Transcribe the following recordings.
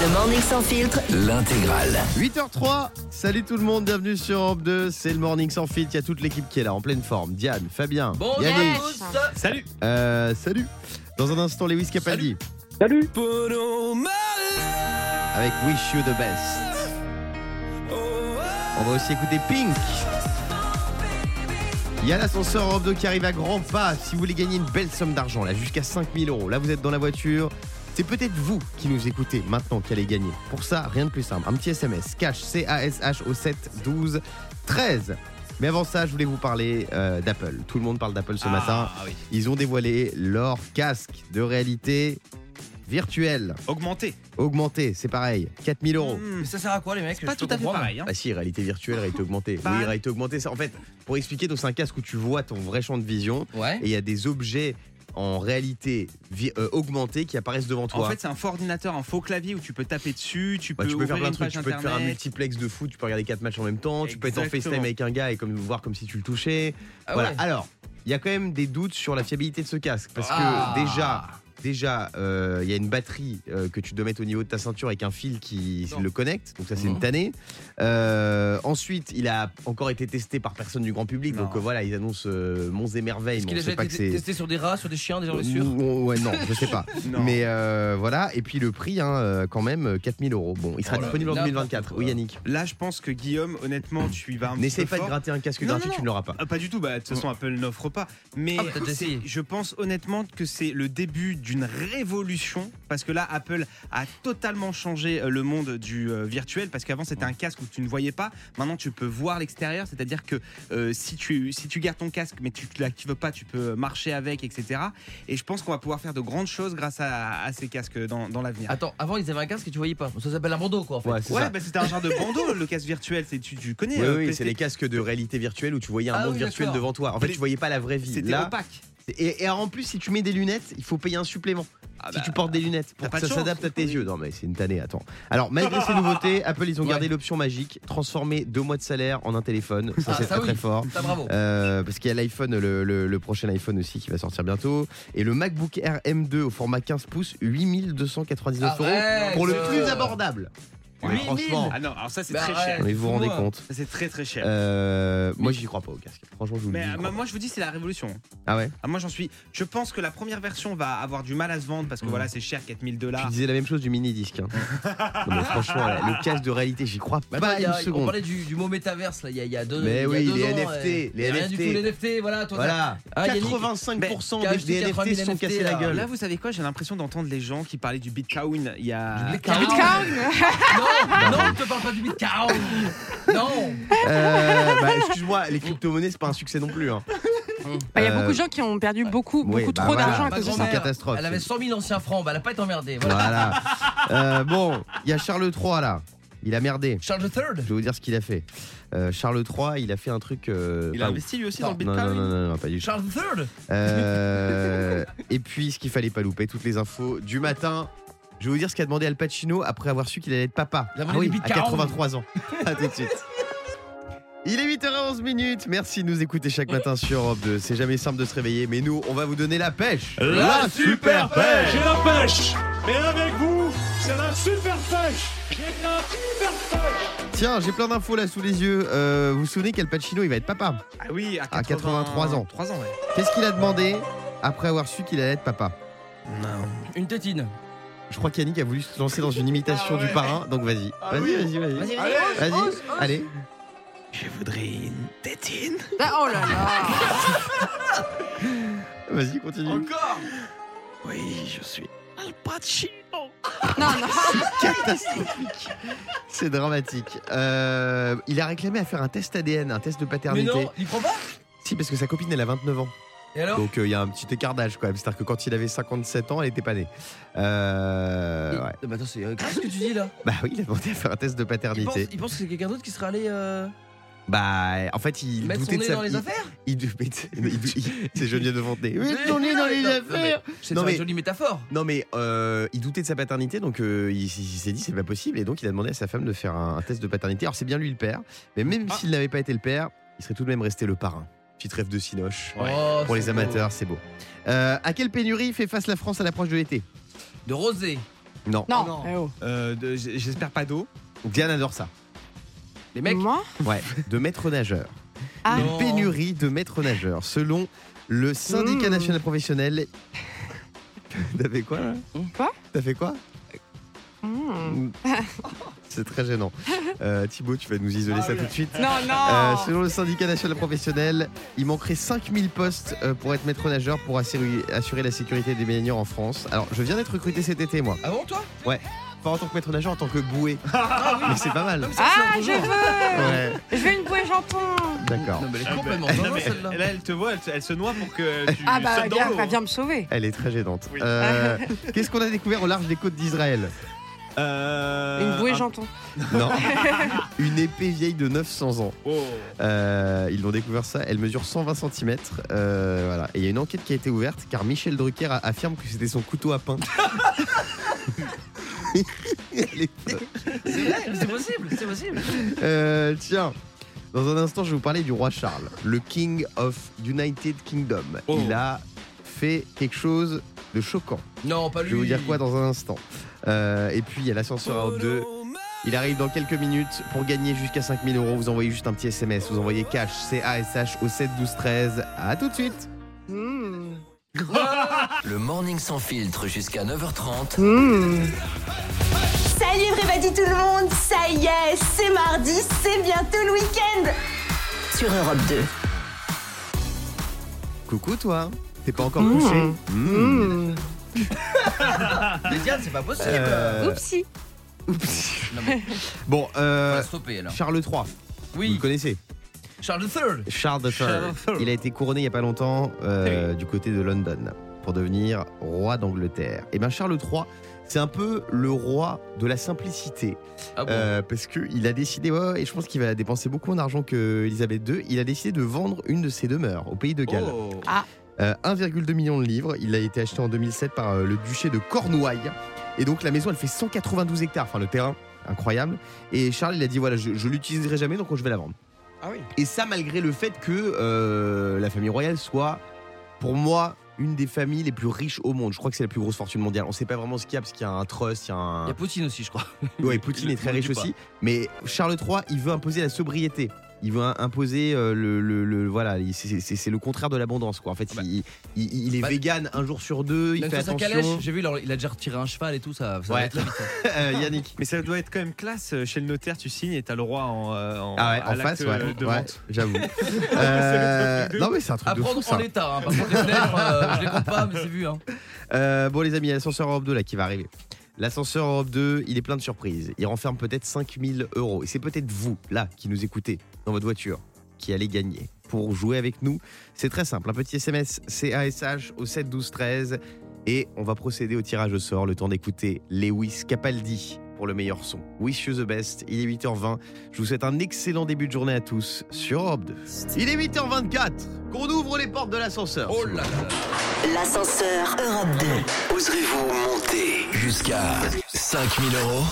Le Morning Sans Filtre, L'intégrale. 8h03, salut tout le monde, bienvenue sur Europe 2, c'est le Morning Sans Filtre, il y a toute l'équipe qui est là, en pleine forme, Diane, Fabien, Yannick, Salut Euh, salut Dans un instant, Lewis Capaldi, avec Wish You The Best. On va aussi écouter Pink. Il y a l'ascenseur Europe 2 qui arrive à grands pas, si vous voulez gagner une belle somme d'argent, là, jusqu'à 5000 euros, là vous êtes dans la voiture, c'est peut-être vous qui nous écoutez maintenant qui allez gagner. Pour ça, rien de plus simple. Un petit SMS, cash, C-A-S-H au 7 12 13. Mais avant ça, je voulais vous parler euh, d'Apple. Tout le monde parle d'Apple ce matin. Ah oui. Ils ont dévoilé leur casque de réalité virtuelle, Augmenté. augmentée, c'est pareil, 4000 euros. Hmm. Mais ça sert à quoi les mecs pas Je peux tout à fait comprendre. pareil. Hein. Ah si, réalité virtuelle, réalité augmentée. Pas- Oui, réalité augmentée, ça, en fait, pour expliquer, donc, c'est un casque où tu vois ton vrai champ de vision Ouais. et il y a des objets en réalité vi- euh, augmentée qui apparaissent devant toi. En fait, c'est un faux ordinateur, un faux clavier où tu peux taper dessus, tu Bah, peux, tu peux ouvrir faire plein une de trucs, page tu peux te faire un internet. multiplex de foot, tu peux regarder quatre matchs en même temps, tu peux être en Exactement. FaceTime avec un gars et comme, voir comme si tu le touchais. Ah voilà. ouais. Alors, il y a quand même des doutes sur la fiabilité de ce casque parce Ah. que déjà, déjà, euh, il y a une batterie euh, que tu dois mettre au niveau de ta ceinture avec un fil qui Non. le connecte, donc ça c'est Mhm. une tannée. Euh, ensuite, il a encore été testé par personne du grand public, Non. donc euh, voilà, ils annoncent euh, monts et merveilles, Est-ce mais qu'il on a sait déjà pas été que c'est. testé sur des rats, sur des chiens, des gens blessures Ouh, ouais, non, je sais pas. Non. Mais euh, voilà, et puis le prix, hein, euh, quand même, euh, 4000 euros. Bon, il sera Oh là, disponible en n'importe 2024. quoi. Oui, Yannick. Là, je pense que Guillaume, honnêtement, tu y vas un petit N'essaye peu pas de fort. gratter un casque Non, gratuit, non, tu non. ne l'auras pas. Ah, pas du tout, bah, de toute façon Apple n'offre pas. Mais bah, Ah, peut-être c'est- essayer. je pense honnêtement que c'est le début d'une révolution parce que là Apple a totalement changé euh, le monde du euh, virtuel parce qu'avant c'était un casque où tu ne voyais pas. Maintenant tu peux voir l'extérieur, c'est-à-dire que euh, si, tu, si tu gardes ton casque mais tu ne l'actives pas, tu peux marcher avec, etc. Et je pense qu'on va pouvoir faire de grandes choses grâce à, à ces casques dans, dans l'avenir. Attends, avant ils avaient un casque que tu voyais pas. Ça s'appelle un bandeau quoi en fait. Ouais, Ah, c'est Ouais, ça. bah, c'était un genre de bandeau, le casque virtuel, c'est- tu, tu connais. Oui, euh, oui, PlayStation. c'est les casques de réalité virtuelle où tu voyais un Ah monde oui, virtuel d'accord. devant toi. En fait, tu voyais pas la vraie vie. C'était Là, opaque. et, et alors, en plus, si tu mets des lunettes, il faut payer un supplément. Ah si bah, tu portes des lunettes, t'as pour pas que ça de chance. s'adapte à tes yeux. Non, mais c'est une tannée, attends. Alors, malgré ces nouveautés, Apple, ils ont gardé l'option magique transformer deux mois de salaire en un téléphone. Ça, Ah, c'est ça, très, oui. très fort. Ça bravo. Euh, parce qu'il y a l'iPhone, le, le- le prochain iPhone aussi qui va sortir bientôt. Et le MacBook Air M2 au format 15 pouces, 8299 euros Arrête. pour le plus abordable. Ouais. Mais 8000. franchement, Ah non, alors ça c'est Bah, très arrête. cher. mais vous vous rendez Moi. compte Ça, C'est très très cher. Euh, Moi, j'y crois pas au casque. Franchement, je vous le Mais dis. j'y euh, crois moi je vous dis c'est la révolution. pas. Ah ouais Ah, moi j'en suis. Je pense que la première version va avoir du mal à se vendre parce que voilà c'est cher 4000 Tu dollars. disais la même chose du mini disque. franchement, là, le casque de réalité, j'y crois Mais Bah, pas attends, Bah, il y une a- on seconde. parlait du, du mot métaverse là, il y a, il y a deux Mais il y a oui, deux les ans, NFT, euh, les rien du tout, NFT. les NFT, voilà, toi, Voilà, Ah, Yannick, 85% qui a des- acheté des NFT se 80 000 sont cassés la là. gueule. Là vous savez quoi j'ai l'impression d'entendre les gens qui parlaient du Bitcoin il y a. Ah. Du Bitcoin. Non, non, on te parle pas du Bitcoin. Non. Euh, bah, Excuse-moi, les crypto-monnaies, c'est pas un succès non plus. hein. Bah, Il y a Euh, beaucoup de gens qui ont perdu beaucoup, oui, beaucoup bah trop voilà. d'argent à Ma cause de Oh, c'est ça. une grand-mère, catastrophe. Elle avait 100 000 anciens francs, bah, elle a pas été emmerdée. Voilà. Voilà. Euh, bon, il y a Charles III là. Il a merdé. Charles III. Je vais vous dire ce qu'il a fait. Euh, Charles III, il a fait un truc. euh, Il a pas investi lui aussi Non, dans le ouf. non, non, non, Bitcoin. non, non, pas du tout. Charles III. Euh, et puis, ce qu'il fallait pas louper, toutes les infos du matin. Je vais vous dire ce qu'a demandé Al Pacino après avoir su qu'il allait être papa. Il a demandé ah oui, des bits à 40. 83 ans. À tout de suite. Il est 8h11 minutes. Merci de nous écouter chaque matin sur Europe 2. C'est jamais simple de se réveiller, mais nous, on va vous donner la pêche. La super pêche J'ai la pêche Et avec vous, c'est la super pêche J'ai la super pêche Tiens, j'ai plein d'infos là sous les yeux. Euh, vous vous souvenez qu'Al Pacino, il va être papa. Ah oui à, À 83 ans. 3 ans ouais. Qu'est-ce qu'il a demandé après avoir su qu'il allait être papa Une tétine. Je crois qu'Yannick a voulu se lancer dans une imitation Ah ouais. du parrain, donc vas-y. vas-y, oui. vas-y, vas-y, vas-y. Allez Allez. Je voudrais une tétine. Ah, oh là là Vas-y, continue. Encore. Oui je suis. Non, non Catastrophique. C'est dramatique. Euh, il a réclamé à faire un test ADN, un test de Mais paternité. non, il prend pas. Si, parce que sa copine, elle a 29 ans. Et alors Donc euh, il y a un petit écart d'âge quand même. C'est-à-dire que quand il avait 57 ans, elle était pas née. Euh, ouais. Mais attends, c'est. euh, Qu'est-ce que tu dis là Bah oui, il a demandé à faire un test de il pense, paternité. il pense que c'est quelqu'un d'autre qui serait allé euh, Bah en fait, il mettre son doutait de nez sa. dans les il- affaires. il doutait- il- il- C'est Geneviève de Fontenay. Mais Mais ton nez dans non, les non, affaires mais C'est Non, une mais- jolie métaphore. Non mais euh, il doutait de sa paternité donc euh, il, s- il s'est dit c'est pas possible et donc il a demandé à sa femme de faire un, un test de paternité. Alors c'est bien lui le père, mais même Ah. s'il n'avait pas été le père, il serait tout de même resté le parrain. Petite rêve de Sinoche. Oh, Pour les c'est beau. amateurs, c'est beau. Euh, à quelle pénurie fait face la France à l'approche de l'été De rosé. Non. Non. Non. Eh oh. Euh, de- j- J'espère pas d'eau. Diane adore ça. Les mecs Moi Ouais, de maîtres nageurs. Ah. Une pénurie de maîtres nageurs, selon le syndicat Mmh. national professionnel. T'as fait quoi là Quoi T'as fait quoi Hmm. C'est très gênant. Euh, Thibaut, tu vas nous isoler ça tout de suite. Non, Euh, non. selon le syndicat national professionnel, il manquerait 5000 postes euh, pour être maître nageur pour assurer, assurer la sécurité des baigneurs en France. Alors, je viens d'être recruté cet été, moi. Ah bon, toi Pas en tant que maître nageur, en tant que bouée. Mais c'est pas mal. Ah, je veux Ouais, Je veux une bouée tampon d'accord. Non, mais elle Ah, est complètement bah, zinzin, non, mais celle-là. Là, elle te voit, elle, se- elle se noie pour que tu Ah bah, sautes dans gars, l'eau. bah, viens me sauver Elle est très gênante. Oui. Euh, Qu'est-ce qu'on a découvert au large des côtes d'Israël Euh, Une bouée un- janton. Non. Une épée vieille de 900 ans. Oh. Euh, ils l'ont découvert ça. Elle mesure 120 cm. Euh, voilà. Et il y a une enquête qui a été ouverte car Michel Drucker a- affirme que c'était son couteau à pain. Elle est- C'est vrai, mais c'est possible, c'est possible. Euh, tiens. Dans un instant, je vais vous parler du roi Charles, le King of United Kingdom. Oh. Il a fait quelque chose de choquant. Non, pas lui. Je vais vous dire quoi dans un instant. Euh, et puis il y a l'ascenseur à Europe 2. Il arrive dans quelques minutes pour gagner jusqu'à 5000 euros. Vous envoyez juste un petit SMS, vous envoyez cash, C-A-S-H au 7 12 13. À tout de suite. Hmm. Le morning sans filtre jusqu'à 9h30. Hmm. Salut everybody tout le monde, ça y est, c'est mardi, c'est bientôt le week-end Sur Europe 2. Coucou toi. T'es pas encore Mmh. couché Mmh. Hmm. Mais Diane, c'est pas possible. Euh, Oupsie. Non, mais Bon, on euh, va stopper là. Charles III, vous le Oui, connaissez Charles III. Charles III. Charles III. Il a été couronné il y a pas longtemps euh, du côté de London pour devenir roi d'Angleterre. Et bien Charles III, c'est un peu le roi de la simplicité. Ah bon Euh, parce qu'il a décidé, ouais, ouais, et je pense qu'il va dépenser beaucoup en argent que Elisabeth II, il a décidé de vendre une de ses demeures au pays de Galles. Oh. Euh, 1,2 million de livres, il a été acheté en 2007 par euh, le duché de Cornouailles. Et donc la maison, elle fait 192 hectares, enfin le terrain, incroyable. Et Charles, il a dit, voilà, je, je l'utiliserai jamais, donc je vais la vendre. Ah oui. Et ça, malgré le fait que euh, la famille royale soit, pour moi, une des familles les plus riches au monde. Je crois que c'est la plus grosse fortune mondiale. On ne sait pas vraiment ce qu'il y a, parce qu'il y a un trust, il y a un... Il y a Poutine aussi, je crois. Ouais, Poutine Le est très monde riche du pas. aussi. Mais Charles III, il veut imposer la sobriété. Il veut im- imposer euh, le, le- le- voilà, il- c'est- c'est c'est le contraire de l'abondance quoi. En fait, Bah. il, il- il est Bah. vegan un jour sur deux, il Même fait sur sa attention. calèche, j'ai vu, il a- il a déjà retiré un cheval et tout, ça, ça Ouais. va très vite. ça. Euh, Yannick. Mais ça doit être quand même classe. euh, Chez le notaire, tu signes et t'as le roi en, euh, en, Ah ouais, à en l'acte, face, euh, ouais, de ouais, vente. j'avoue. Euh, truc de non mais c'est un truc À de fou prendre ça. en état, hein. par contre, les fenêtres, euh, je les compte pas, mais c'est vu. Hein. Euh, bon les amis, il y a l'ascenseur Europe 2 là qui va arriver. L'ascenseur Europe 2, il est plein de surprises. Il renferme peut-être 5000 euros. Et c'est peut-être vous, là, qui nous écoutez, dans votre voiture, qui allez gagner. Pour jouer avec nous, c'est très simple. Un petit SMS CASH au 7 12 13. Et on va procéder au tirage au sort, le temps d'écouter Lewis Capaldi pour le meilleur son. Wish you the best, il est 8h20. Je vous souhaite un excellent début de journée à tous sur Europe 2. Il est 8h24, qu'on ouvre les portes de l'ascenseur. Oh là là. L'ascenseur Europe 2. Oserez-vous monter jusqu'à 5000 euros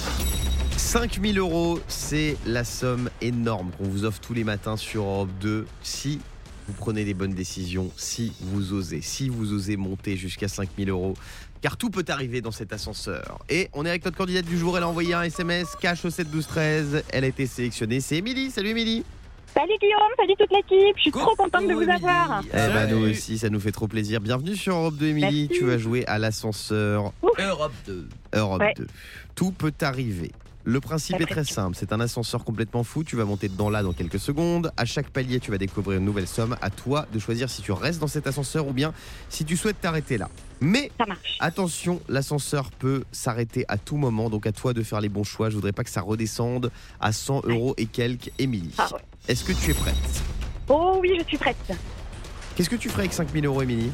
5000 euros, c'est la somme énorme qu'on vous offre tous les matins sur Europe 2 si vous prenez les bonnes décisions, si vous osez, si vous osez monter jusqu'à 5000 euros. Car tout peut arriver dans cet ascenseur. Et on est avec notre candidate du jour, elle a envoyé un SMS cash au 7 12 13. Elle a été sélectionnée, c'est Émilie. Salut Émilie Salut Guillaume, salut toute l'équipe, je suis Coucou, trop contente de vous Émilie. avoir. Eh ben Salut. nous aussi, ça nous fait trop plaisir. Bienvenue sur Europe 2 Émilie, Merci. tu vas jouer à l'ascenseur Europe 2. Europe Ouais. 2. Tout peut arriver. Le principe La est très simple, c'est un ascenseur complètement fou, tu vas monter dedans là dans quelques secondes, à chaque palier tu vas découvrir une nouvelle somme, à toi de choisir si tu restes dans cet ascenseur ou bien si tu souhaites t'arrêter là. Mais Ça marche. attention, l'ascenseur peut s'arrêter à tout moment, donc à toi de faire les bons choix, je voudrais pas que ça redescende à 100 euros et quelques, Émilie. Ah ouais. Est-ce que tu es prête Oh oui, je suis prête. Qu'est-ce que tu ferais avec 5000 euros Émilie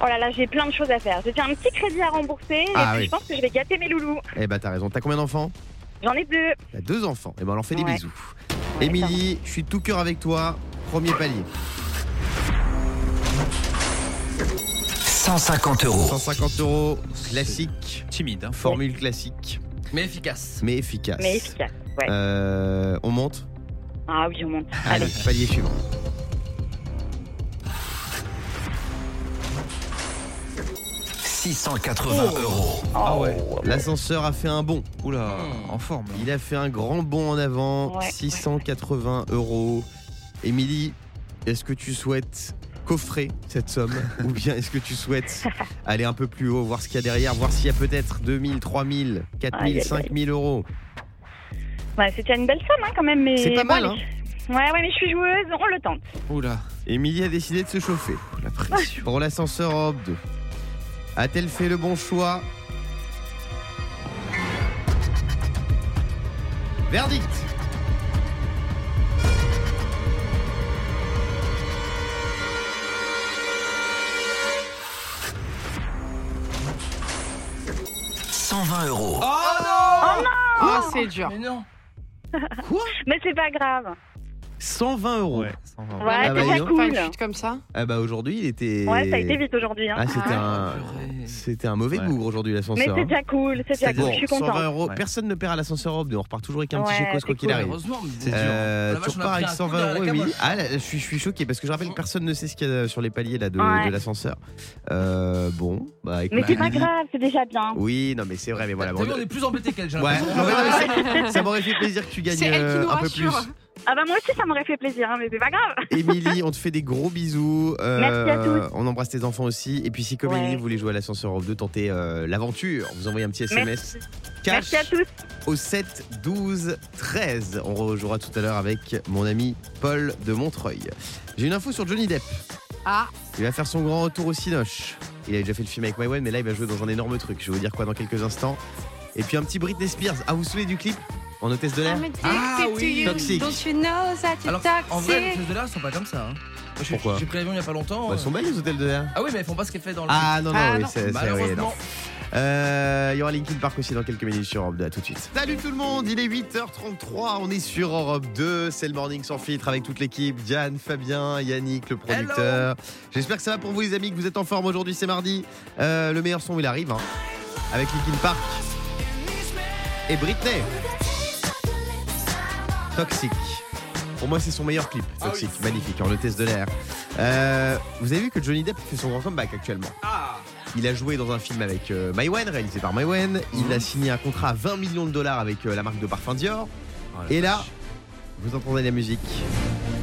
Oh là là, j'ai plein de choses à faire. J'ai déjà un petit crédit à rembourser Ah et puis oui. je pense que je vais gâter mes loulous. Eh ben t'as raison, t'as combien d'enfants J'en ai deux. T'as deux enfants, eh ben on leur fait des Ouais. bisous. Ouais, Émilie, je suis tout cœur avec toi, premier palier. 150 euros. 150 euros, classique, Timide. hein. formule classique, Mais efficace. mais efficace. Mais efficace. Ouais. Euh, on monte Ah oui, on monte. Allez, palier suivant. 6 680 euros. Ah ouais. L'ascenseur a fait un bond. Oula, Hmm. en forme. Il a fait un grand bond en avant. Ouais. 680 euros. Émilie, est-ce que tu souhaites coffrer cette somme ou bien est-ce que tu souhaites aller un peu plus haut, voir ce qu'il y a derrière, voir s'il y a peut-être 2000, 3000, 4000, Aïe, aïe, aïe. 5000 euros Ouais, c'est déjà une belle somme hein, quand même. Mais C'est pas bon, mal, hein. allez. Ouais, ouais, mais je suis joueuse, on le tente. Oula. Émilie a décidé de se chauffer. La pression. Pour l'ascenseur en hop 2. A-t-elle fait le bon choix Verdict Oh. 120 euros. Ah, c'est dur. Mais Oh non. Mais c'est pas grave. 120 euros. Ouais, ça va. Ouais, bah, c'est dis pas donc. cool. Enfin, une chute comme ça. Ah bah aujourd'hui il était. Ouais, ça a été vite aujourd'hui. Hein. Ah c'était Ah, un. purée. C'était un mauvais Ouais. bougre aujourd'hui mais l'ascenseur. c'est hein. déjà cool, c'est déjà Bon, cool, je suis 120 contente. euros. Ouais. Personne ne perd à l'ascenseur Europe 2. On repart toujours avec un petit Ouais, chèque quoi c'est qu'il arrive. Heureusement, mais C'est dur. Euh, La vache, tu on a repars pris avec un coup 120 derrière la euros, Émilie. caboche. Ah, là, je, suis, je suis choqué parce que je rappelle que personne ne sait ce qu'il y a sur les paliers là, de, Ouais. de l'ascenseur. Euh, bon, bah écoute. Mais c'est pas Émilie. grave, c'est déjà bien. Oui, non, mais c'est vrai, mais voilà. T'as bon, vu, on est plus embêtés qu'elle, j'ai Ouais. l'impression. Ah ouais, non, mais c'est- ça m'aurait fait plaisir que tu gagnes C'est elle qui euh, nous un peu rassure. plus. Ah bah moi aussi ça m'aurait fait plaisir, hein, mais c'est pas grave. Émilie, on te fait des gros bisous. Euh, Merci à On embrasse tes enfants aussi. Et puis si comme Ouais. Émilie voulait jouer à l'ascenseur Europe 2, tentez euh, l'aventure. Vous envoyez un petit SMS. Merci. Cash Merci à tous. au 7 12 13. On rejouera tout à l'heure avec mon ami Paul de Montreuil. J'ai une info sur Johnny Depp. Ah. Il va faire son grand retour au Cinoche. Il a déjà fait le film avec Mywen, mais là il va jouer dans un énorme truc. Je vais vous dire quoi dans quelques instants. Et puis un petit Britney Spears. Ah, vous vous souvenez du clip En hôtesse de l'air I'm Ah, addicted to oui. you. Toxique. Don't you know that you're Alors, en vrai, les toxic? choses de là, elles sont pas comme ça. hein. Moi, j'ai- Pourquoi J'ai pris l'avion il y a pas longtemps. Bah, euh. Ils sont belles les hôtels de l'air. Ah oui, mais elles font pas ce qu'elle fait dans le. Ah non, non, Ah, oui, non. c'est c'est- oui, non. Malheureusement. Euh, Il y aura Linkin Park aussi dans quelques minutes sur Europe 2. À tout de suite. Salut tout le monde, il est 8h33. On est sur Europe 2. C'est le morning sans filtre avec toute l'équipe. Diane, Fabien, Yannick, le producteur. J'espère que ça va pour vous, les amis, que vous êtes en forme aujourd'hui. C'est mardi. Euh, le meilleur son, il arrive. hein, avec Linkin Park et Britney. Toxic. Pour moi, c'est son meilleur clip. Toxic, magnifique, en hôtesse de l'air. Euh, vous avez vu que Johnny Depp fait son grand comeback actuellement. Il a joué dans un film avec euh, Maïwen, réalisé par Maïwen. Il Mhm. a signé un contrat à 20 millions de dollars avec euh, la marque de parfum Dior. Oh Et là, vous entendez la musique.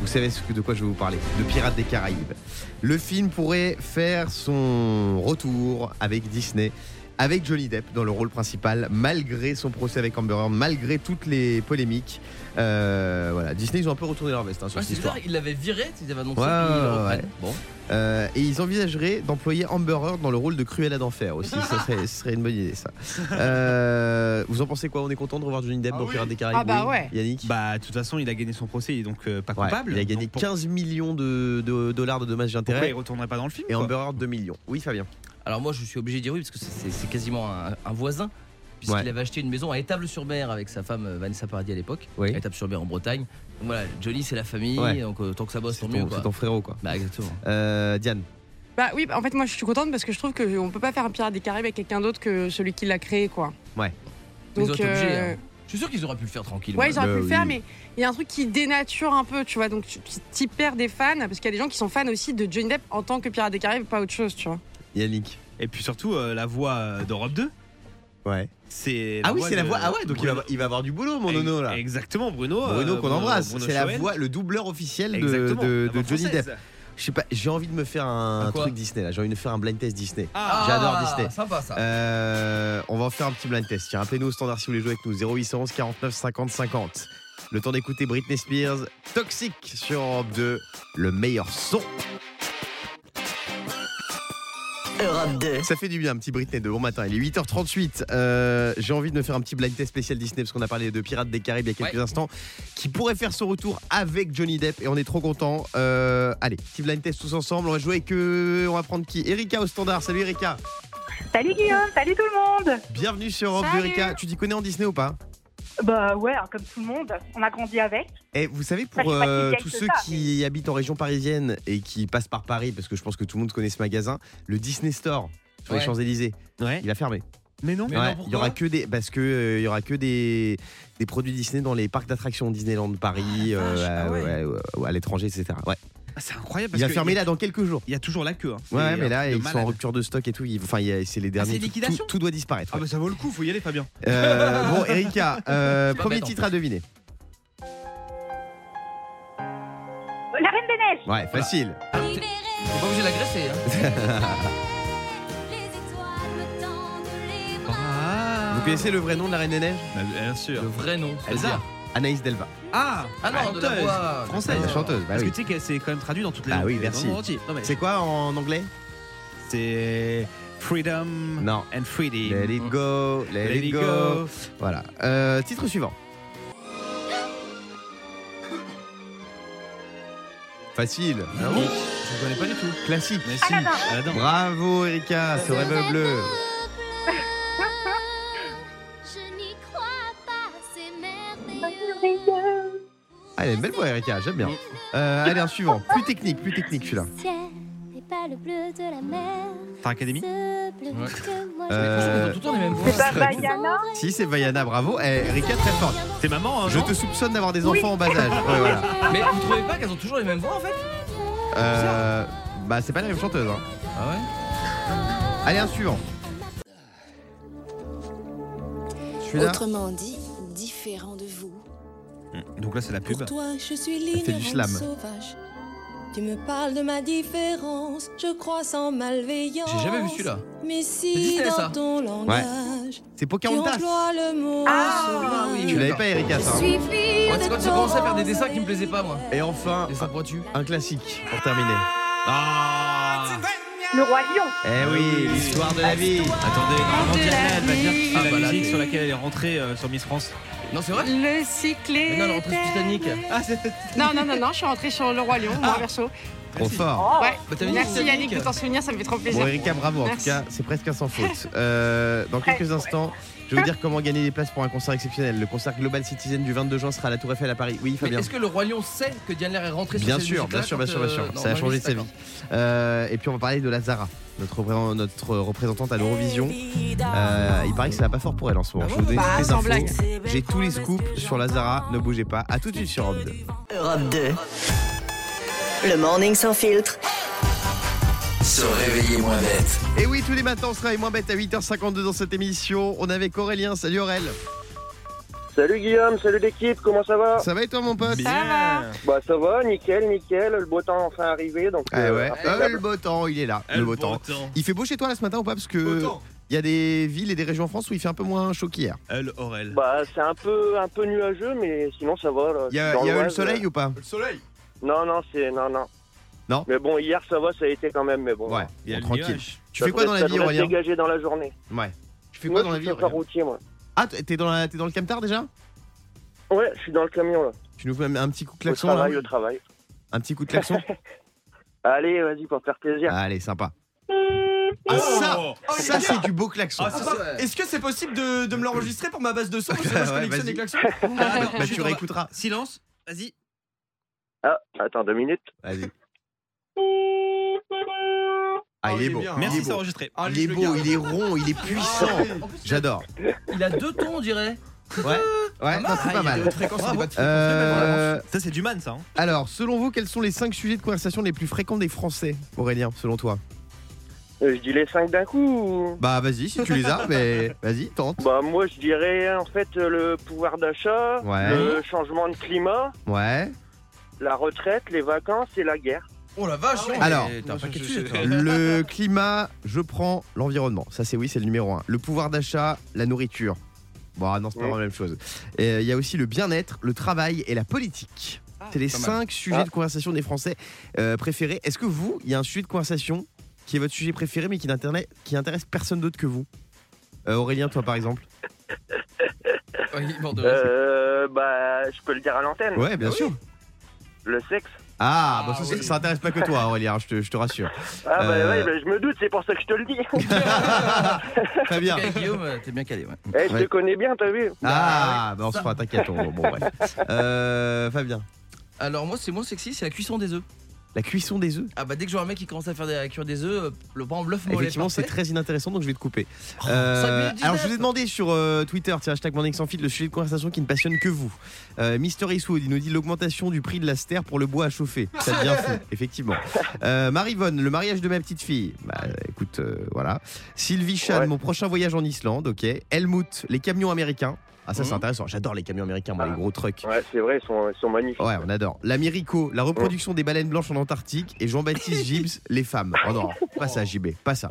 Vous savez ce que- de quoi je vais vous parler. De Pirates des Caraïbes. Le film pourrait faire son retour avec Disney. Avec Johnny Depp dans le rôle principal, malgré son procès avec Amber Heard, malgré toutes les polémiques, Euh, voilà. Disney ils ont un peu retourné leur veste hein, sur Ouais, cette c'est histoire. bizarre, il l'avait viré, il avait annoncé Ouais, qu'il ouais, le reprenne. ouais. Bon. Euh, et ils envisageraient d'employer Amber Heard dans le rôle de Cruella d'enfer aussi. Ça serait, ce serait une bonne idée, ça. Euh, vous en pensez quoi On est content de revoir Johnny Depp dans Pirates des Caraïbes Ah bah oui. ouais. Yannick Bah, de toute façon, il a gagné son procès, il est donc euh, pas Ouais, coupable. Il a gagné Donc, pour- 15 millions de, de dollars de dommages Pourquoi il d'intérêt retournerait pas dans le film et quoi Amber Heard 2 millions. Oui, Fabien. Alors moi, je suis obligé de dire oui parce que c'est- c'est c'est quasiment un, un voisin. Puisqu'il Ouais. avait acheté une maison à Étable-sur-Mer avec sa femme euh, Vanessa Paradis à l'époque. Oui. À Étable-sur-Mer en Bretagne. Donc voilà, Johnny, c'est la famille, Ouais. donc euh, tant que ça bosse, C'est tant mieux. ton, Quoi. c'est ton frérot, quoi. Bah, exactement. Euh, Diane. Bah oui, bah en fait, moi, je suis contente parce que je trouve qu'on peut pas faire un pirate des Caraïbes avec quelqu'un d'autre que celui qui l'a créé, quoi. Ouais. Mais ils Donc, auraient été obligés, euh, hein. Je suis sûr qu'ils auraient pu le faire tranquille. ouais, ils voilà. auraient Bah pu oui. le faire, mais il y a un truc qui dénature un peu, tu vois. Donc, tu tu- t'y perds des fans parce qu'il y a des gens qui sont fans aussi de Johnny Depp en tant que pirate des Caraïbes, pas autre chose, tu vois. Yannick. Et puis surtout, euh, la voix euh, d'Europe 2, Ouais. c'est. Ah oui, c'est la de voix. Ah ouais, donc il va, il va avoir du boulot, mon nono, là. Exactement, Bruno. euh, Bruno qu'on embrasse, Bruno c'est la Choël. voix, le doubleur officiel de, Exactement, de- la voix de Johnny française. Depp. Je sais pas, j'ai envie de me faire un, Un quoi truc Disney là, j'ai envie de me faire un blind test Disney. Ah, J'adore Disney. Sympa ça. Euh, on va en faire un petit blind test. Tiens, Appelez-nous au standard si vous voulez jouer avec nous. 0811 49 50 50. Le temps d'écouter Britney Spears, Toxic sur Europe 2, le meilleur son. Europe 2. Ça fait du bien, un petit Britney de bon matin. Il est 8h38. Euh, J'ai envie de me faire un petit blind test spécial Disney parce qu'on a parlé de Pirates des Caraïbes il y a quelques Ouais. instants, qui pourrait faire son retour avec Johnny Depp et on est trop contents. Euh, allez, petit blind test tous ensemble. On va jouer avec. euh, on va prendre qui Erika au standard. Salut Erika. Salut Guillaume, salut tout le monde. Bienvenue sur Europe 2, Salut. Erika. Tu t'y connais en Disney ou pas Bah ouais, hein, comme tout le monde, on a grandi avec. Et Eh, vous savez, Bah, je pour sais pas euh, qui gagne tous ce ceux soir, qui habitent en région parisienne et qui passent par Paris, parce que je pense que tout le monde connaît ce magasin, le Disney Store sur les Ouais. Champs-Élysées, Ouais. il a fermé. Mais non. Mais Ouais, non, il y pourquoi aura que des parce que euh, il y aura que des, des produits Disney dans les parcs d'attractions Disneyland Paris, Ah, la euh, vache, ah à- ouais. ouais, ouais, ouais, à l'étranger, etc. Ouais. Ah, C'est incroyable parce Il va que fermer il y a- là dans quelques jours. Il y a toujours la queue. hein. C'est Ouais, mais un là, truc de ils sont en malade. rupture de stock et tout. Ils- Enfin, il y a- c'est les derniers. c'est Tout- tout, liquidation tout doit disparaître. Ah ouais. bah ça vaut le coup, faut y aller Fabien. Euh, bon, Erika, euh, pas premier bête, en titre à deviner. La Reine des Neiges Ouais, facile. T'es pas obligé de l'agresser. Hein. Ah Ah. Vous connaissez le vrai nom de la Reine des Neiges Bien Le sûr. vrai nom. Elsa. Anaïs Delva. Ah Ah non, de la chanteuse. voix Française. La chanteuse, bah Parce oui. que tu sais qu'elle s'est quand même traduite dans toutes les Bah langues. oui, merci. Dans le monde entier. Non, mais C'est quoi en anglais C'est Freedom Non. and Freedom. Let it go, let, Let it it go. go. Voilà. Euh, titre suivant. Facile. Vraiment Je connais pas du tout. Ah Classique. Mais Ah si, Aladdin. Aladdin. Bravo Erika, ce rêve bleu. Je n'y crois pas, c'est merveilleux. Ah, elle a une belle voix Erika, j'aime bien. Euh, allez, un suivant. Plus technique, plus technique celui-là. Le ciel n'est pas le bleu de la mer, Star Academy. ce bleu Ouais. que moi Euh, Tout le temps les mêmes voix. C'est pas c'est- Vaiana Si, c'est Vaiana, bravo. Eh, Erika, très forte. T'es maman, hein Je te soupçonne d'avoir des enfants en bas âge. Ouais, voilà. Mais vous trouvez pas qu'elles ont toujours les mêmes voix en fait Euh, bah, c'est pas la même chanteuse. hein. Ah ouais Allez, un suivant. Celui-là, Autrement dit, différent de vous. Mm. Donc là, c'est la pub. Pour toi, je suis fait du slam. l'ignorante sauvage. Tu me parles de ma différence, je crois sans malveillance. J'ai jamais vu celui-là. Mais si Disney, dans ça. ton langage, c'est tu Pocahontas. emploies le mot Ah, oui. Tu l'avais pas, Erika, ça. hein Ouais, c'est quand j'ai commencé à faire des dessins qui me plaisaient pas moi. Et enfin, Dessin pointu. un classique pour terminer. Ah Le Roi Lion Eh oui, l'histoire de la vie. Attendez, normalement, Diana, elle va dire que c'est Ah, bah la là, musique t'es- sur laquelle elle est rentrée euh, sur Miss France. Non, c'est vrai Le Mais cyclé. non, la reprise britannique. Ah, c'est Non, non, non, non, je suis rentrée sur le Roi Lion, moi, verso. Trop fort. Oh Ouais. Bah, Ah, t'as vu Merci Titanic Yannick de t'en souvenir, ça me fait trop plaisir. Bon, Erika, bravo. En tout Merci. cas, c'est presque un sans faute. Euh, dans quelques instants, je vais vous dire comment gagner des places pour un concert exceptionnel. Le concert Global Citizen du 22 juin sera à la Tour Eiffel à Paris. Oui, Mais Fabien. est-ce que le roi lion sait que Diane Lair est rentrée sur Bien cette sûr, musique-là bien sûr, bien quand, sûr, bien sûr. euh, Ça a non, changé Mavis, sa vie. d'accord. Euh, et puis on va parler de Lazara, notre, repré- notre représentante à l'Eurovision. Eh Euh, il paraît que ça va pas fort pour elle en ce moment. Je vais vous donne Bah, toutes les sans infos. blague. J'ai tous les scoops sur Lazara. Ne bougez pas. À tout de suite sur Europe 2. Europe 2. Le morning sans filtre. Se réveiller moins bête. Et oui, tous les matins, on sera et moins bête à 8h52 dans cette émission. On est avec Aurélien. Salut Aurel. Salut Guillaume, salut l'équipe, comment ça va Ça va et toi, mon pote Bien. Bah ça va, nickel, nickel, le beau temps est enfin arrivé donc. Ah euh, ouais. impeccable. Euh, le beau temps, il est là. Elle le beau temps. Euh, beau temps. Il fait beau chez toi là ce matin ou pas Parce que Autant. il y a des villes et des régions en France où il fait un peu moins chaud qu'hier. Elle, Aurel. Bah c'est un peu un peu nuageux mais sinon ça va. là. Il y a, Dans il y a eu le l'Oise, soleil ou pas Le soleil euh, Non non c'est non non. Non. Mais bon hier ça va, ça a été quand même mais bon. Ouais, Il y a bon, le tranquille. nuage. Tu fais quoi dans la vie, Aurélien dégagé dans la journée. Ouais. Tu fais Moi, quoi dans la je suis vie chauffeur Aurélien routier moi. Ah, t- t'es dans, la- t'es dans le camtar déjà Ouais, je suis dans le camion là. Tu nous fais un un petit coup de Au klaxon hein? là travail, au travail. Un petit coup de klaxon Allez, vas-y pour faire plaisir. Allez, sympa. Ah, ça, Oh, il ça est c'est du beau klaxon. Ah, ça, ça- Ouais. Est-ce que c'est possible de, de me l'enregistrer pour ma base de son Parce que moi, je Ouais, collectionne vas-y. les klaxons. bah, Ah, Je suis tu dans- réécouteras. Silence, vas-y. Ah, attends deux minutes. Vas-y. Ah, il est beau. bien, hein. Il est Merci, c'est beau. enregistré. Ah, Il est le beau, gars. il est rond, il est puissant. Ah, En plus, J'adore. Il a deux tons, on dirait. Ouais, ouais, non, c'est Ah, pas il y a des mal. hautes fréquences, il y a des bas de fréquences. Euh, Ça, c'est du man, ça. hein. alors, selon vous, quels sont les 5 sujets de conversation les plus fréquents des Français, Aurélien, selon toi Euh, Je dis les cinq d'un coup. ou- Bah, vas-y, si tu les as, mais vas-y, tente. Bah moi je dirais en fait euh, le pouvoir d'achat, Ouais. le changement de climat, Ouais. la retraite, les vacances et la guerre. Oh la vache, non, Euh, Alors, mais t'as un je- paquet de je- sujets, toi. Le climat, je prends l'environnement. Ça, c'est oui, c'est le numéro 1. Le pouvoir d'achat, la nourriture. Bon, ah non, c'est pas Ouais. vraiment la même chose. Et, euh, Il y a aussi le bien-être, le travail et la politique. c'est les pas mal. 5 sujets Ah. de conversation des Français euh, préférés. Est-ce que vous, il y a un sujet de conversation qui est votre sujet préféré mais qui n'intéresse qui intéresse personne d'autre que vous Euh, Aurélien, toi par exemple Ouais, il est mort de rire. Euh, bah je peux le dire à l'antenne, Ouais, bien sûr. le sexe. Ah, Ah, bah, ça, c'est- oui. ça intéresse pas que toi, Aurélien, je te, je te rassure. Ah bah Euh. ouais, bah, je me doute, c'est pour ça que je te le dis. Très bien. Ok, Guillaume, euh, t'es bien calé, ouais. Eh, je te Ouais. connais bien, t'as vu Ah, bah on se fera, t'inquiète. on- Bon, bref. Euh, Fabien. Alors, moi, c'est moins sexy, c'est la cuisson des œufs. La cuisson des œufs Ah bah dès que je vois un mec qui commence à faire des, à cuire des œufs, euh, le par exemple, l'œuf mollet. Effectivement, c'est parfait. très inintéressant, donc je vais te couper. Oh, Euh, cinq minutes dix-neuf. alors, je vous ai demandé sur euh, Twitter, tiens, hashtag Morning sans fil, le sujet de conversation qui ne passionne que vous. Euh, Mister Eastwood, il nous dit l'augmentation du prix de la stère pour le bois à chauffer. Ça devient fou, effectivement. Euh, Marivonne, le mariage de ma petite fille. Bah, écoute, euh, voilà. Sylvie Chan, mon prochain voyage en Islande, ok. Helmut, les camions américains. Ah, ça, c'est Mhm. intéressant. J'adore les camions américains, moi, les gros trucks. Ouais, c'est vrai, ils sont, ils sont magnifiques. Ouais, on adore. L'Américo, la reproduction des baleines blanches en Antarctique. Et Jean-Baptiste Gibbs, les femmes. Oh non, pas ça, JB, pas ça.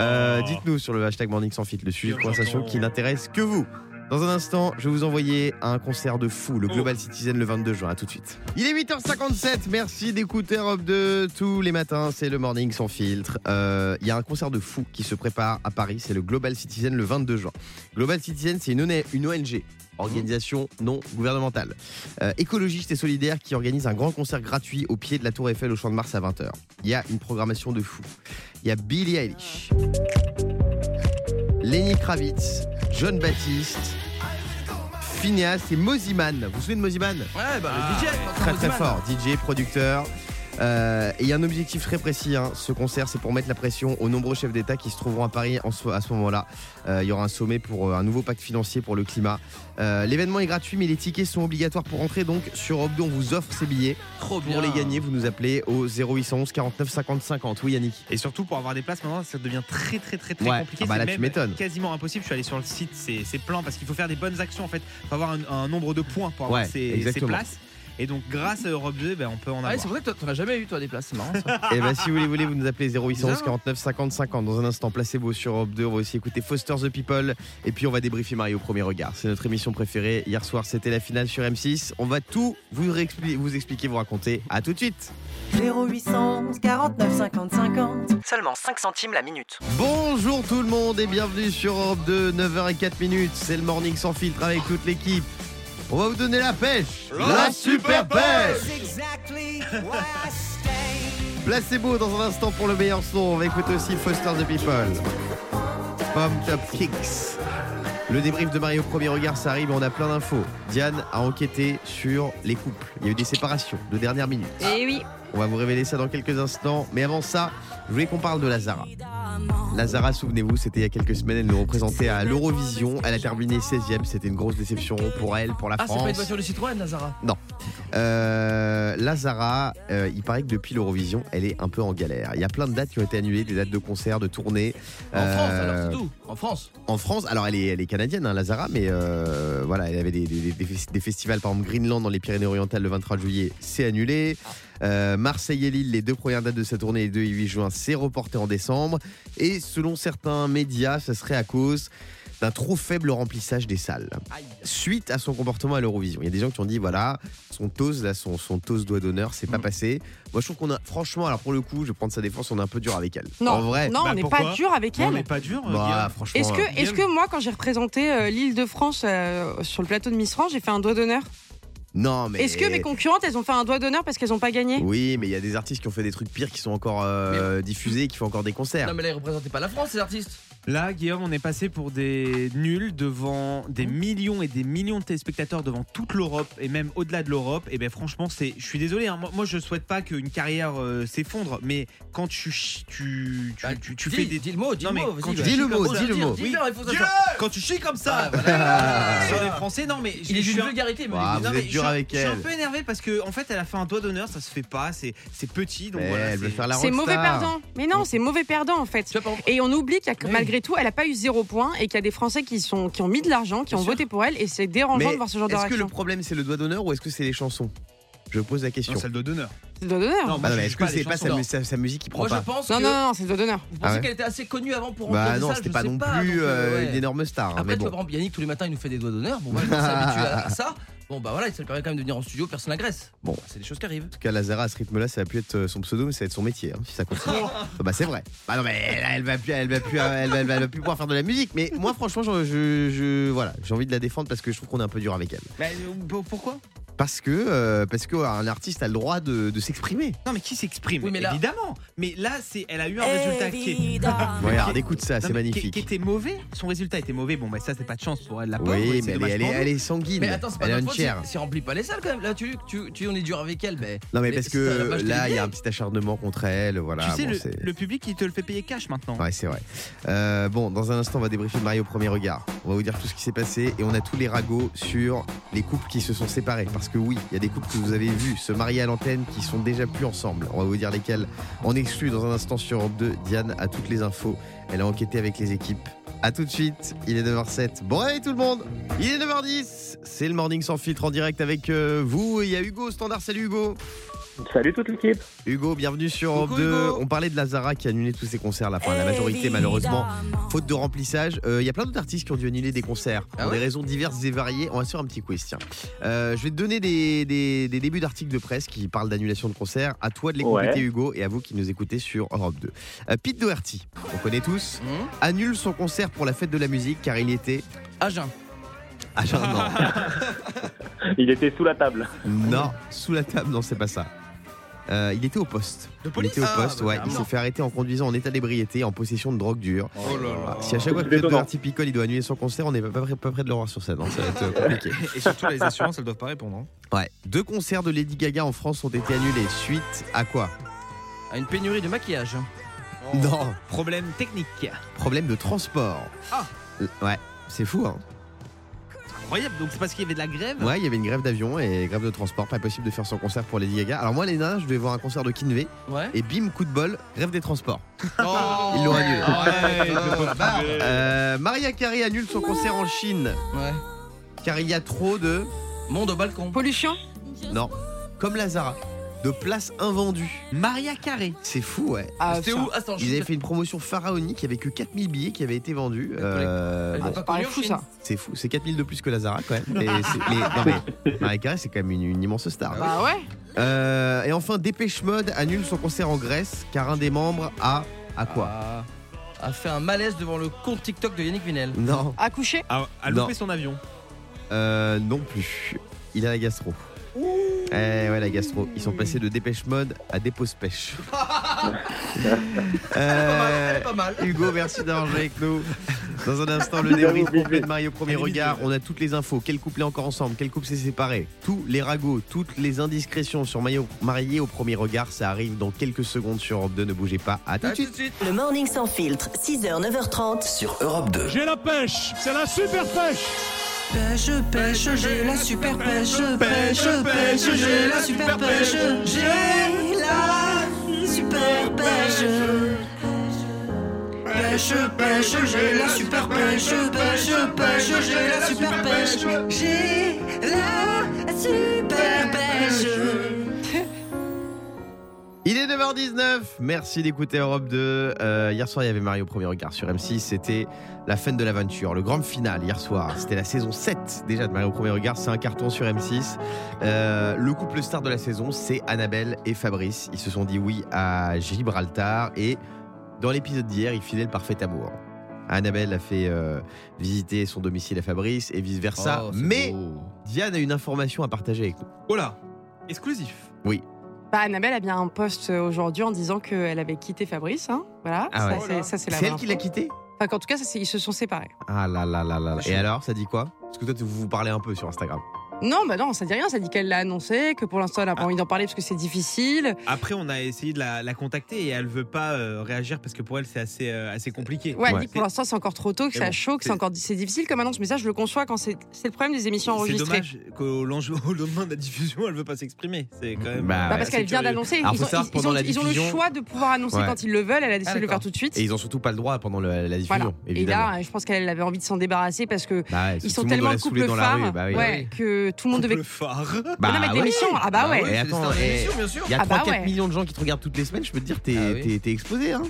Euh, Dites-nous sur le hashtag Morning Sans Filtre le sujet de conversation qui n'intéresse que vous. Dans un instant, je vais vous envoyer à un concert de fou, le Global Citizen le 22 juin. À tout de suite. Il est 8h57, merci d'écouter Europe 2 tous les matins, c'est le Morning Sans Filtre. Euh, Il y a un concert de fou qui se prépare à Paris, c'est le Global Citizen le 22 juin. Global Citizen, c'est une, ONE une ONG, organisation non gouvernementale, euh, écologiste et solidaire qui organise un grand concert gratuit au pied de la Tour Eiffel au Champ de Mars à 20h. Il y a une programmation de fou. Il y a Billie Eilish, Lenny Kravitz, John Baptiste, Phineas et Moziman. Vous vous souvenez de Moziman Ouais, bah le DJ. Martin Ah, Très très Guzman. fort, DJ, producteur. Euh, et il y a un objectif très précis, hein. ce concert c'est pour mettre la pression aux nombreux chefs d'État qui se trouveront à Paris en so- à ce moment-là. Euh, Il y aura un sommet pour euh, un nouveau pacte financier pour le climat. Euh, L'événement est gratuit mais les tickets sont obligatoires pour entrer donc sur Europe 2 on vous offre ces billets. Trop Pour bien. les gagner vous nous appelez au 0811 49 50 50. Oui Yannick. Et surtout pour avoir des places maintenant, ça devient très très très très Ouais. compliqué. Ah bah C'est là, tu même m'étonnes. Quasiment impossible. Je suis allé sur le site, c'est c'est plein parce qu'il faut faire des bonnes actions en fait. Faut avoir un, un nombre de points pour avoir Ouais, ces, ces exactement. places. Et donc grâce à Europe 2, ben, on peut en Ah Ouais, avoir. c'est pour ça que toi, t'en as jamais eu, toi, des hein. places. C'est marrant ça. Et bah si vous les voulez, vous nous appelez 0811 Bizarre. 49 50 50. Dans un instant, placez-vous sur Europe 2. On va aussi écouter Foster the People. Et puis on va débriefer Mario au premier regard. C'est notre émission préférée. Hier soir, c'était la finale sur M6. On va tout vous, réexpli- vous expliquer, vous raconter. À tout de suite. 0800 49 50 50. Seulement 5 centimes la minute. Bonjour tout le monde et bienvenue sur Europe 2, 9h04 minutes. C'est le morning sans filtre avec toute l'équipe. On va vous donner la pêche. Placez-vous dans un instant pour le meilleur son. On va écouter aussi Foster the People. Pom Top Kicks. Le débrief de Mario Premier Regard, ça arrive, on a plein d'infos. Diane a enquêté sur les couples. Il y a eu des séparations de dernière minute. Et Eh oui. On va vous révéler ça dans quelques instants. Mais avant ça, je voulais qu'on parle de Lazara. Lazara, souvenez-vous, c'était il y a quelques semaines, elle nous représentait à l'Eurovision. Elle a terminé 16e, c'était une grosse déception pour elle, pour la Ah, c'est France. pas une voiture de Citroën, Lazara. Non. Euh, Lazara, euh, il paraît que depuis l'Eurovision, elle est un peu en galère. Il y a plein de dates qui ont été annulées, des dates de concerts, de tournées. En France, alors Euh, c'est tout. En France. En France, alors elle est, elle est canadienne, hein, Lazara, mais euh, voilà, elle avait des, des- des fes- des festivals, par exemple Greenland dans les Pyrénées-Orientales le 23 juillet, c'est annulé. Euh, Marseille et Lille, les deux premières dates de sa tournée, les 2 et 8 juin, c'est reporté en décembre. Et selon certains médias, ça serait à cause d'un trop faible remplissage des salles. Suite à son comportement à l'Eurovision, il y a des gens qui ont dit voilà, son toast, là, son, son toast doigt d'honneur, c'est pas passé. Moi, je trouve qu'on a, franchement, alors pour le coup, je vais prendre sa défense, on est un peu dur avec elle. Non, en vrai, Bah, non, on n'est pas dur avec On elle. n'est pas dur. euh, Bah, Guillaume. franchement. Est-ce que, euh, est-ce que moi, quand j'ai représenté euh, l'île de France euh, sur le plateau de Miss France, j'ai fait un doigt d'honneur Non, mais. Est-ce que mes concurrentes, elles ont fait un doigt d'honneur parce qu'elles n'ont pas gagné Oui, mais il y a des artistes qui ont fait des trucs pires qui sont encore euh, diffusés, qui font encore des concerts. Non, mais là, ils représentaient pas la France, ces artistes. Là, Guillaume, on est passé pour des nuls devant des millions et des millions de téléspectateurs devant toute l'Europe et même au-delà de l'Europe. Et ben franchement, c'est, je suis désolé. hein, moi, moi, je souhaite pas qu'une carrière euh, s'effondre, mais quand tu chi- tu tu, tu- tu Bah, dis- fais des dis le mot, dis Non, le mais mot, quand vas-y, tu vas-y. Dis chies le comme mot, ça- dis le mot. Dis leur, il faut Dis-le s'asseoir. quand tu chies comme Ah, ça voilà. sur les Français, non mais Il est je suis d'une un- Ah, vulgarité, mais Ouah, mais non, vous mais êtes dur je- avec Je suis un elle. peu énervé parce que en fait, elle a fait un doigt d'honneur, ça se fait pas, c'est c'est petit, donc Mais voilà. elle veut c'est- faire la C'est mauvais rockstar. perdant. Mais non, c'est mauvais perdant en fait. Tu vois, par exemple, Et on oublie qu'il y a que- Oui. malgré tout, elle n'a pas eu zéro point et qu'il y a des Français qui, sont, qui ont mis de l'argent, qui Bien ont sûr. voté pour elle et c'est dérangeant Mais de voir ce genre de est-ce que le réaction. problème c'est le doigt d'honneur ou est-ce que c'est les chansons Je pose la question. Non, c'est le doigt d'honneur. C'est le doigt d'honneur. Non, moi, Bah non, je mais juge est-ce que les c'est pas sa, chansons. mu- sa- sa musique qui prend Moi, je pas pense non, que. non, non, c'est le doigt d'honneur. Vous Ah pensez ouais. qu'elle était assez connue avant pour remplir Bah des non, salles, c'était je pas sais non pas, plus donc, euh, euh, ouais. une énorme star. hein, mais Après, tu vois, bon. par exemple, Yannick, tous les matins, il nous fait des doigts d'honneur. Bon, voilà, il s'habitue à à ça. Bon, bah voilà, ça lui permet quand même de venir en studio, personne n'agresse. Bon. c'est des choses qui arrivent. En tout cas, Lazara, à ce rythme-là, ça va plus être euh, son pseudo, mais ça va être son métier, hein, si ça continue. Ah bah c'est vrai. Bah non, mais elle, elle va plus, elle va plus, elle va, elle va plus pouvoir faire de la musique. Mais moi, franchement, je, je- je- voilà, j'ai envie de la défendre parce que je trouve qu'on est un peu dur avec elle. Bah, euh, pour- pourquoi parce que euh, parce qu'un artiste a le droit de, de s'exprimer. Non, mais qui s'exprime Oui, mais là- Eh Évidemment. Mais là, c'est, elle a eu un résultat qui est. Évidemment. Regarde, écoute ça, Non, Ah, c'est mais magnifique. Ah Qui, qui était mauvais. Son résultat était mauvais. Bon, bah ça, c'est pas de chance pour elle, la pauvre. Oui, oh, c'est mais elle est, dommage elle, est, pour nous. elle est sanguine. Mais attends, c'est pas elle est notre une faute chair. si, si on remplit pas les salles quand même. Là, tu, tu, tu- on est dur avec elle. ben. Mais, Non, mais, parce si t'as la que vache de là, il y a un Lidl, petit acharnement contre elle. Voilà, Tu sais, Ah, bon, le- c'est- le, public, il te le fait payer cash maintenant. Ouais, c'est vrai. Euh, bon, dans un instant, on va débriefer Mario au premier regard. On va vous dire tout ce qui s'est passé et on a tous les ragots sur les couples qui se sont séparés. Parce que oui, il y a des couples que vous avez vus se marier à l'antenne qui sont déjà plus ensemble. On va vous dire lesquels. En exclu dans un instant sur Europe 2, Diane a toutes les infos. Elle a enquêté avec les équipes. A tout de suite, il est 9h07. Bon réveil tout le monde Il est 9h10 C'est le Morning Sans Filtre en direct avec euh, vous. Et Il y a Hugo au standard. Salut Hugo Salut toute l'équipe. Hugo, bienvenue sur Coucou, Europe 2. Hugo. On parlait de Lazara qui a annulé tous ses concerts, la, fin, la majorité malheureusement, faute de remplissage. Euh, Il y a plein d'autres artistes qui ont dû annuler des concerts Ah pour ouais des raisons diverses et variées. On va se faire un petit quiz, tiens. Euh, je vais te donner des, des- des débuts d'articles de presse qui parlent d'annulation de concerts. À toi de les Ouais. compléter, Hugo, et à vous qui nous écoutez sur Europe 2. Euh, Pete Doherty, on connaît tous, Hmm annule son concert pour la fête de la musique car il était. Agen. Ah, non, Il était sous la table. non, non, sous la table, non, c'est pas ça. Euh, il était au poste. De police Il était au Ah, poste, bah, ouais. Il carrément. s'est fait arrêter en conduisant en état d'ébriété, en possession de drogue dure. Oh là là. Si à chaque fois que C'est Pete étonnant. Doherty picole, Euh, il doit annuler son concert, on n'est pas, prêt- pas prêt de le voir sur scène. hein. Ça va être compliqué. Et surtout, les assurances, elles doivent pas répondre. hein. Ouais. Deux concerts de Lady Gaga en France ont été annulés suite à quoi À une pénurie de maquillage. Oh. Non. Problème technique. Problème de transport. Ah. L- Ouais. C'est fou, hein Incroyable. Donc, c'est parce qu'il y avait de la grève. Ouais, il y avait une grève d'avion et grève de transport. Pas possible de faire son concert pour Lady Gaga. Alors moi, les nains, je vais voir un concert de Kinvey Ouais. et bim, coup de bol, grève des transports. Oh, Ils l'ont annulé. Ouais, Ah, la barre. Euh, Maria Carey annule son concert en Chine Ouais. car il y a trop de... Monde au balcon. Pollution Non. Comme Lazara. De places invendues. Maria Carré. C'est fou, ouais. Ah, C'était putain. où Attends, Oh, je Ils avaient sais fait une promotion pharaonique, il y avait que 4000 billets qui avaient été vendus. Euh, Elle bon, est pas Ça paraît connue en fou Chine. ça. c'est fou, c'est 4000 de plus que Lazara quand même. Et c'est- mais, non, mais Marie Carré, c'est quand même une, une immense Ah star. Bah ouais. Euh, et enfin, Dépêche Mode annule son concert en Grèce car un des membres a. à quoi Ah, A fait un malaise devant le compte TikTok de Yannick Vinel. Non, Accouché A, a Non. loupé son avion. euh, non plus. Il a la gastro. Eh ouais, la gastro. Ils sont passés de Dépêche Mode à Dépose Pêche. Euh, Pas mal. Hugo, merci d'avoir joué avec nous. Dans un instant, le débrief complet de Mario Premier Allez, vite, Regard. vite. On a toutes les infos. Quel couple est encore ensemble Quel couple s'est séparé Tous les ragots, toutes les indiscrétions sur Mario Marié au Premier Regard. Ça arrive dans quelques secondes sur Europe 2. Ne bougez pas. À tout de À tout suite. de suite. Le morning sans filtre, 6h, 9h30. Sur Europe 2. J'ai la pêche, c'est la super pêche. Pêche, pêche, j'ai la super pêche. Pêche, pêche, j'ai la super pêche. J'ai la super pêche. Pêche, pêche, j'ai la super pêche. Pêche, pêche, j'ai la super pêche. J'ai la super pêche. Il est 9h19. Merci d'écouter Europe 2. Euh, hier soir, il y avait Mario Premier Regard sur M6. C'était la fin de l'aventure, le grand final hier soir. C'était la saison 7 déjà de Mario Premier Regard. C'est un carton sur M6. Euh, le couple star de la saison, c'est Annabelle et Fabrice. Ils se sont dit oui à Gibraltar et dans l'épisode d'hier, ils filaient le parfait amour. Annabelle a fait euh, visiter son domicile à Fabrice et vice-versa. Oh, c'est Mais beau. Diane a une information à partager avec nous. Oh là. Exclusif. Bah, Annabelle a bien un post euh, aujourd'hui en disant qu'elle avait quitté Fabrice. hein. Voilà, Ah ouais. ça, c'est- ça c'est la C'est elle vraie qui l'a info. quitté Enfin, qu'en tout cas, ça, c'est- ils se sont séparés. Ah là là là là. là. C'est Et chaud. alors, ça dit quoi Parce que toi, tu- vous vous parlez un peu sur Instagram. Non, bah non, ça dit rien. Ça dit qu'elle l'a annoncé, que pour l'instant, elle n'a pas envie d'en parler parce que c'est difficile. Après, on a essayé de la, la contacter et elle veut pas euh, réagir parce que pour elle, c'est assez, euh, assez compliqué. Ouais, elle Ouais. dit que pour l'instant, c'est encore trop tôt, que Mais ça bon, chaud, que c'est- c'est encore c'est difficile comme annonce. Mais ça, je le conçois quand c'est c'est le problème des émissions C'est enregistrées. dommage qu'au lendem- au lendemain de la diffusion, elle veut pas s'exprimer. C'est quand même. Bah, Bah, parce assez qu'elle vient curieux. d'annoncer. Alors, Ils, faut ont- savoir, ils- ils pendant ont, la ils ont le diffusion- choix de pouvoir annoncer Ouais. quand ils le veulent. Elle a décidé de le faire d'accord. tout de suite. Et ils ont surtout pas le droit pendant le- la diffusion, voilà. Et évidemment. là, je pense qu'elle avait envie de s'en débarrasser parce que Bah ouais, ils tout sont le monde tellement l'a de saoulé couples dans la phares rue, bah oui. ouais, que tout le monde Couple devait. phare. Bah non, mais avec ouais. l'émission, ah bah ouais. Et attends, c'est et- l'émission, bien sûr. il y a Ah bah 3-4 ouais. millions de gens qui te regardent toutes les semaines, je peux te dire, t'es Ah oui. t'es- t'es exposé. Hein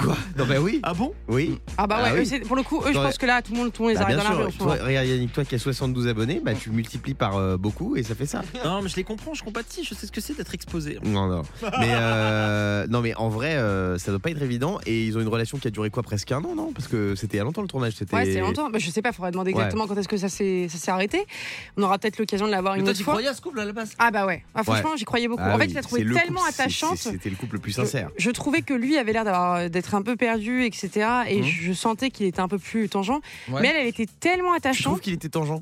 Quoi Non, bah oui. Ah bon Oui. Ah bah ouais, oui. eux, c'est- pour le coup, eux, je T'aurais- pense que là, tout le monde, tout le monde les Bah, arrête bien dans la rue en sûr, ce toi, moment. regarde Yannick, toi qui as 72 abonnés, bah tu multiplies par euh, beaucoup et ça fait ça. Non, mais je les comprends, je compatis, je sais ce que c'est d'être exposé. Non, non. Mais, euh, non, mais en vrai, euh, ça doit pas être évident. Et ils ont une relation qui a duré quoi Presque un an, non Parce que c'était il y a longtemps le tournage. C'était Ouais, c'est longtemps. Bah, je sais pas, faudrait demander Ouais. exactement quand est-ce que ça s'est ça s'est arrêté. On aura peut-être l'occasion de l'avoir Mais une toi, autre tu fois. croyais à ce couple à la base Ah bah ouais. Ah, franchement, Ouais. j'y croyais beaucoup. Ah en fait, oui, je l'ai trouvé c'est le tellement couple- c'est- attachante. c'est- C'était le couple le plus sincère. Je trouvais que lui avait l'air d'avoir- euh, d'être un peu perdu, etc. Et je sentais qu'il était un peu plus tangent. Mhm. Ouais. Mais elle, elle était tellement Je trouve attachante. qu'il était tangent.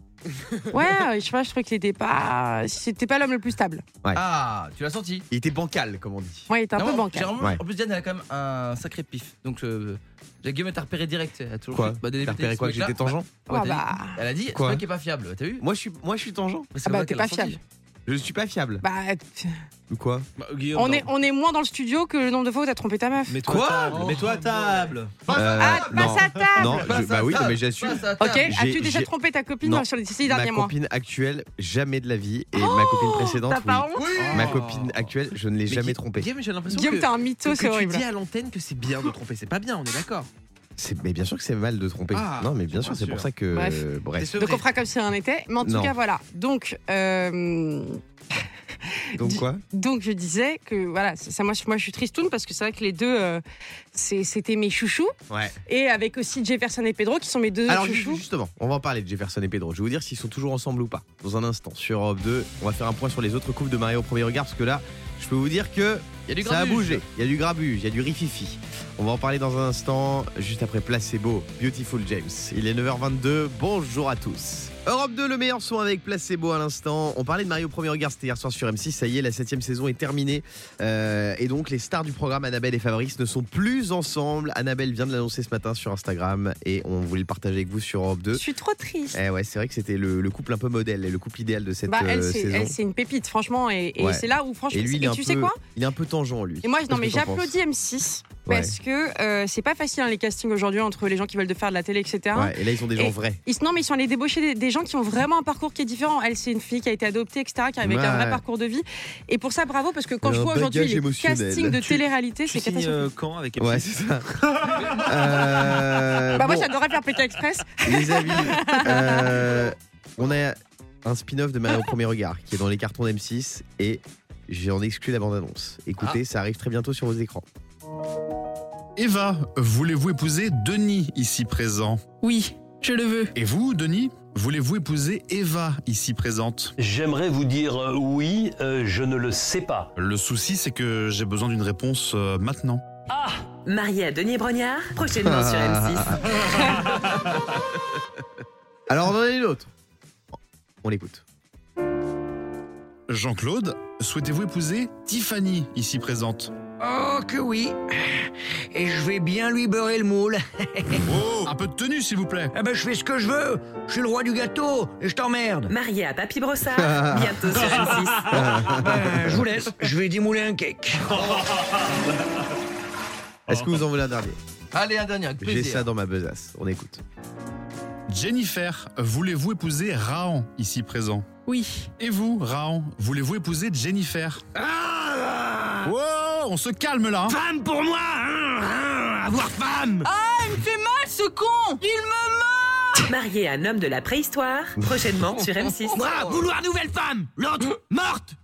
Ouais, je sais pas, je trouvais qu'il était pas. C'était pas l'homme le plus stable. Ah, tu l'as senti. Il était bancal, comme on dit. Ouais, il était un Non, peu moi, bancal. j'ai vraiment- Ouais. En plus, Diane, elle a quand même un sacré pif. Donc, euh, Guillaume, t'a repéré direct. Elle a toujours Quoi dit, dès le T'as début, repéré dit, quoi, Ah ce que mec-là, j'étais tangent bah, ouais, Ah t'as dit- Elle a dit, Quoi ce mec est pas fiable. T'as vu Moi, je suis, moi, je suis tangent. C'est Ah vrai bah, t'es qu'elle pas l'a senti. fiable. Je suis pas fiable. Bah, t- Ou quoi Bah, on est, on est moins dans le studio que le nombre de fois où t'as trompé ta meuf. Quoi Mets-toi à table Euh, Ah, non. passe à table Non, je- bah oui, non, mais j'assume. Ok, J'ai- as-tu déjà j'ai- trompé ta copine Non. sur les six Ma derniers mois copine actuelle, jamais de la vie. Et ma copine précédente, Oh, t'as oui. pas honte Ma copine actuelle, je ne l'ai jamais trompée. Guillaume, j'ai l'impression Guillaume, que- t'es un mytho, que c'est horrible. Tu dis à l'antenne que c'est bien de tromper, c'est pas bien, on est d'accord. C'est- Mais bien sûr que c'est mal de tromper. Ah, non, mais bien sûr, bien c'est pour sûr. ça que. Bref. euh, Bref. C'est Donc vrai. on fera comme si rien n'était. Mais en tout Non. cas, voilà. Donc, euh, Donc Dis- quoi donc je disais que voilà, ça, ça, moi, je- moi je suis tristoune parce que c'est vrai que les deux, euh, c'est- c'était mes chouchous. Ouais. Et avec aussi Jefferson et Pedro qui sont mes deux Alors autres ju- chouchous. justement, on va en parler de Jefferson et Pedro. Je vais vous dire s'ils sont toujours ensemble ou pas. Dans un instant, sur Europe 2, on va faire un point sur les autres couples de Mario au premier regard parce que là, je peux vous dire que Il y a du ça a grabuge. bougé. Il y a du grabuge, il y a du rififi. On va en parler dans un instant, juste après Placebo, Beautiful James. Il est 9h22, bonjour à tous. Europe 2, le meilleur son avec Placebo à l'instant. On parlait de Mario au Premier Regard, c'était hier soir sur M6. Ça y est, la septième saison est terminée. Euh, et donc, les stars du programme Annabelle et Fabrice ne sont plus ensemble. Annabelle vient de l'annoncer ce matin sur Instagram et on voulait le partager avec vous sur Europe 2. Je suis trop triste. Eh ouais, c'est vrai que c'était le, le couple un peu modèle et le couple idéal de cette Bah, elle, euh, c'est saison. elle, c'est une pépite, franchement. Et, et Ouais. c'est là où, franchement, et lui, c'est- il est un tu sais peu- quoi Il est un peu tangent, lui. Et moi, non, Qu'est-ce mais que t'en penses j'applaudis M6 parce que euh, c'est pas facile hein, les castings aujourd'hui entre les gens qui veulent de faire de la télé, etc. Ouais, et là, ils ont des gens hein. Et- vrais. Ils, non, mais ils sont allés débaucher des, des gens qui ont vraiment un parcours qui est différent. Elle, c'est une fille qui a été adoptée, etc., qui arrive avec un Ouais. vrai parcours de vie. Et pour ça, bravo, parce que quand Un je vois aujourd'hui bagage les émotionnel. castings de Tu- télé-réalité, Tu c'est signes catastrophique. euh, quand avec Ouais, c'est ça. Euh, Bah, moi, bon, j'adorais faire Pékin Express. les amis, euh, on a un spin-off de Mario au premier regard qui est dans les cartons d'M6 et j'en exclu la bande-annonce. Écoutez, Ah. ça arrive très bientôt sur vos écrans. Eva, voulez-vous épouser Denis ici présent Oui, je le veux. Et vous, Denis, voulez-vous épouser Eva ici présente J'aimerais vous dire euh, oui, euh, je ne le sais pas. Le souci, c'est que j'ai besoin d'une réponse euh, maintenant. Marié à Denis Brognard, prochainement Ah. sur M6. Alors, on en a une autre. On l'écoute. Jean-Claude, souhaitez-vous épouser Tiffany ici présente Oh que oui Et je vais bien lui beurrer le moule. Oh, un peu de tenue, s'il vous plaît. Eh ben je fais ce que je veux. Je suis le roi du gâteau et je t'emmerde. Marié à Papy Brossard, bientôt sur M6. Ben, je vous laisse. Je vais démouler un cake. Est-ce que vous en voulez un dernier Allez, un dernier. avec J'ai plaisir. ça dans ma besace. On écoute. Jennifer, voulez-vous épouser Raon ici présent Oui. Et vous, Raon, voulez-vous épouser Jennifer Wow, on se calme là. hein. Femme pour moi hein, hein, Avoir femme Ah, il me fait mal ce con Il me ment Marié à un homme de la préhistoire, prochainement sur M6. Ah, Moi, vouloir nouvelle femme L'autre, morte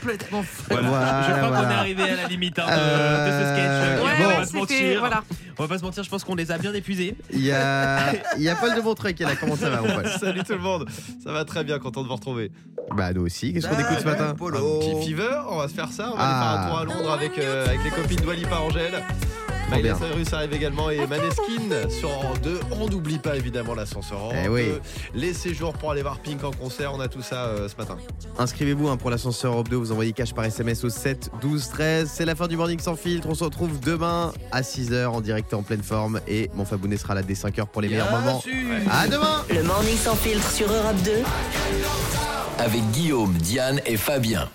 Complètement fou. Voilà, je crois qu'on voilà. est arrivé à la limite hein, de, Euh, de ce sketch. ouais, on ouais, va pas se c'était- mentir. voilà. On va pas se mentir, je pense qu'on les a bien épuisés. Il y a, il y a Paul de Montreuil qui est là. Comment ça va, mon Paul Salut tout le monde, ça va très bien, content de vous retrouver. Bah, nous aussi. Qu'est-ce qu'on écoute ce matin Un petit fever, on va se faire ça, on va Ah. aller faire un tour à Londres avec, euh, avec les copines Dwalipa Angèle. Miley bien. Cyrus arrive également et Maneskin sur Europe 2. On n'oublie pas évidemment l'ascenseur Europe Eh oui. 2. Les séjours pour aller voir Pink en concert, on a tout ça euh, ce matin. Inscrivez-vous hein, pour l'ascenseur Europe 2, vous envoyez cash par SMS au 7 12 13. C'est la fin du Morning Sans Filtre, on se retrouve demain à 6h en direct et en pleine forme et mon Fabounet sera là dès 5h pour les meilleurs moments. À demain Le Morning Sans Filtre sur Europe 2. Avec Guillaume, Diane et Fabien.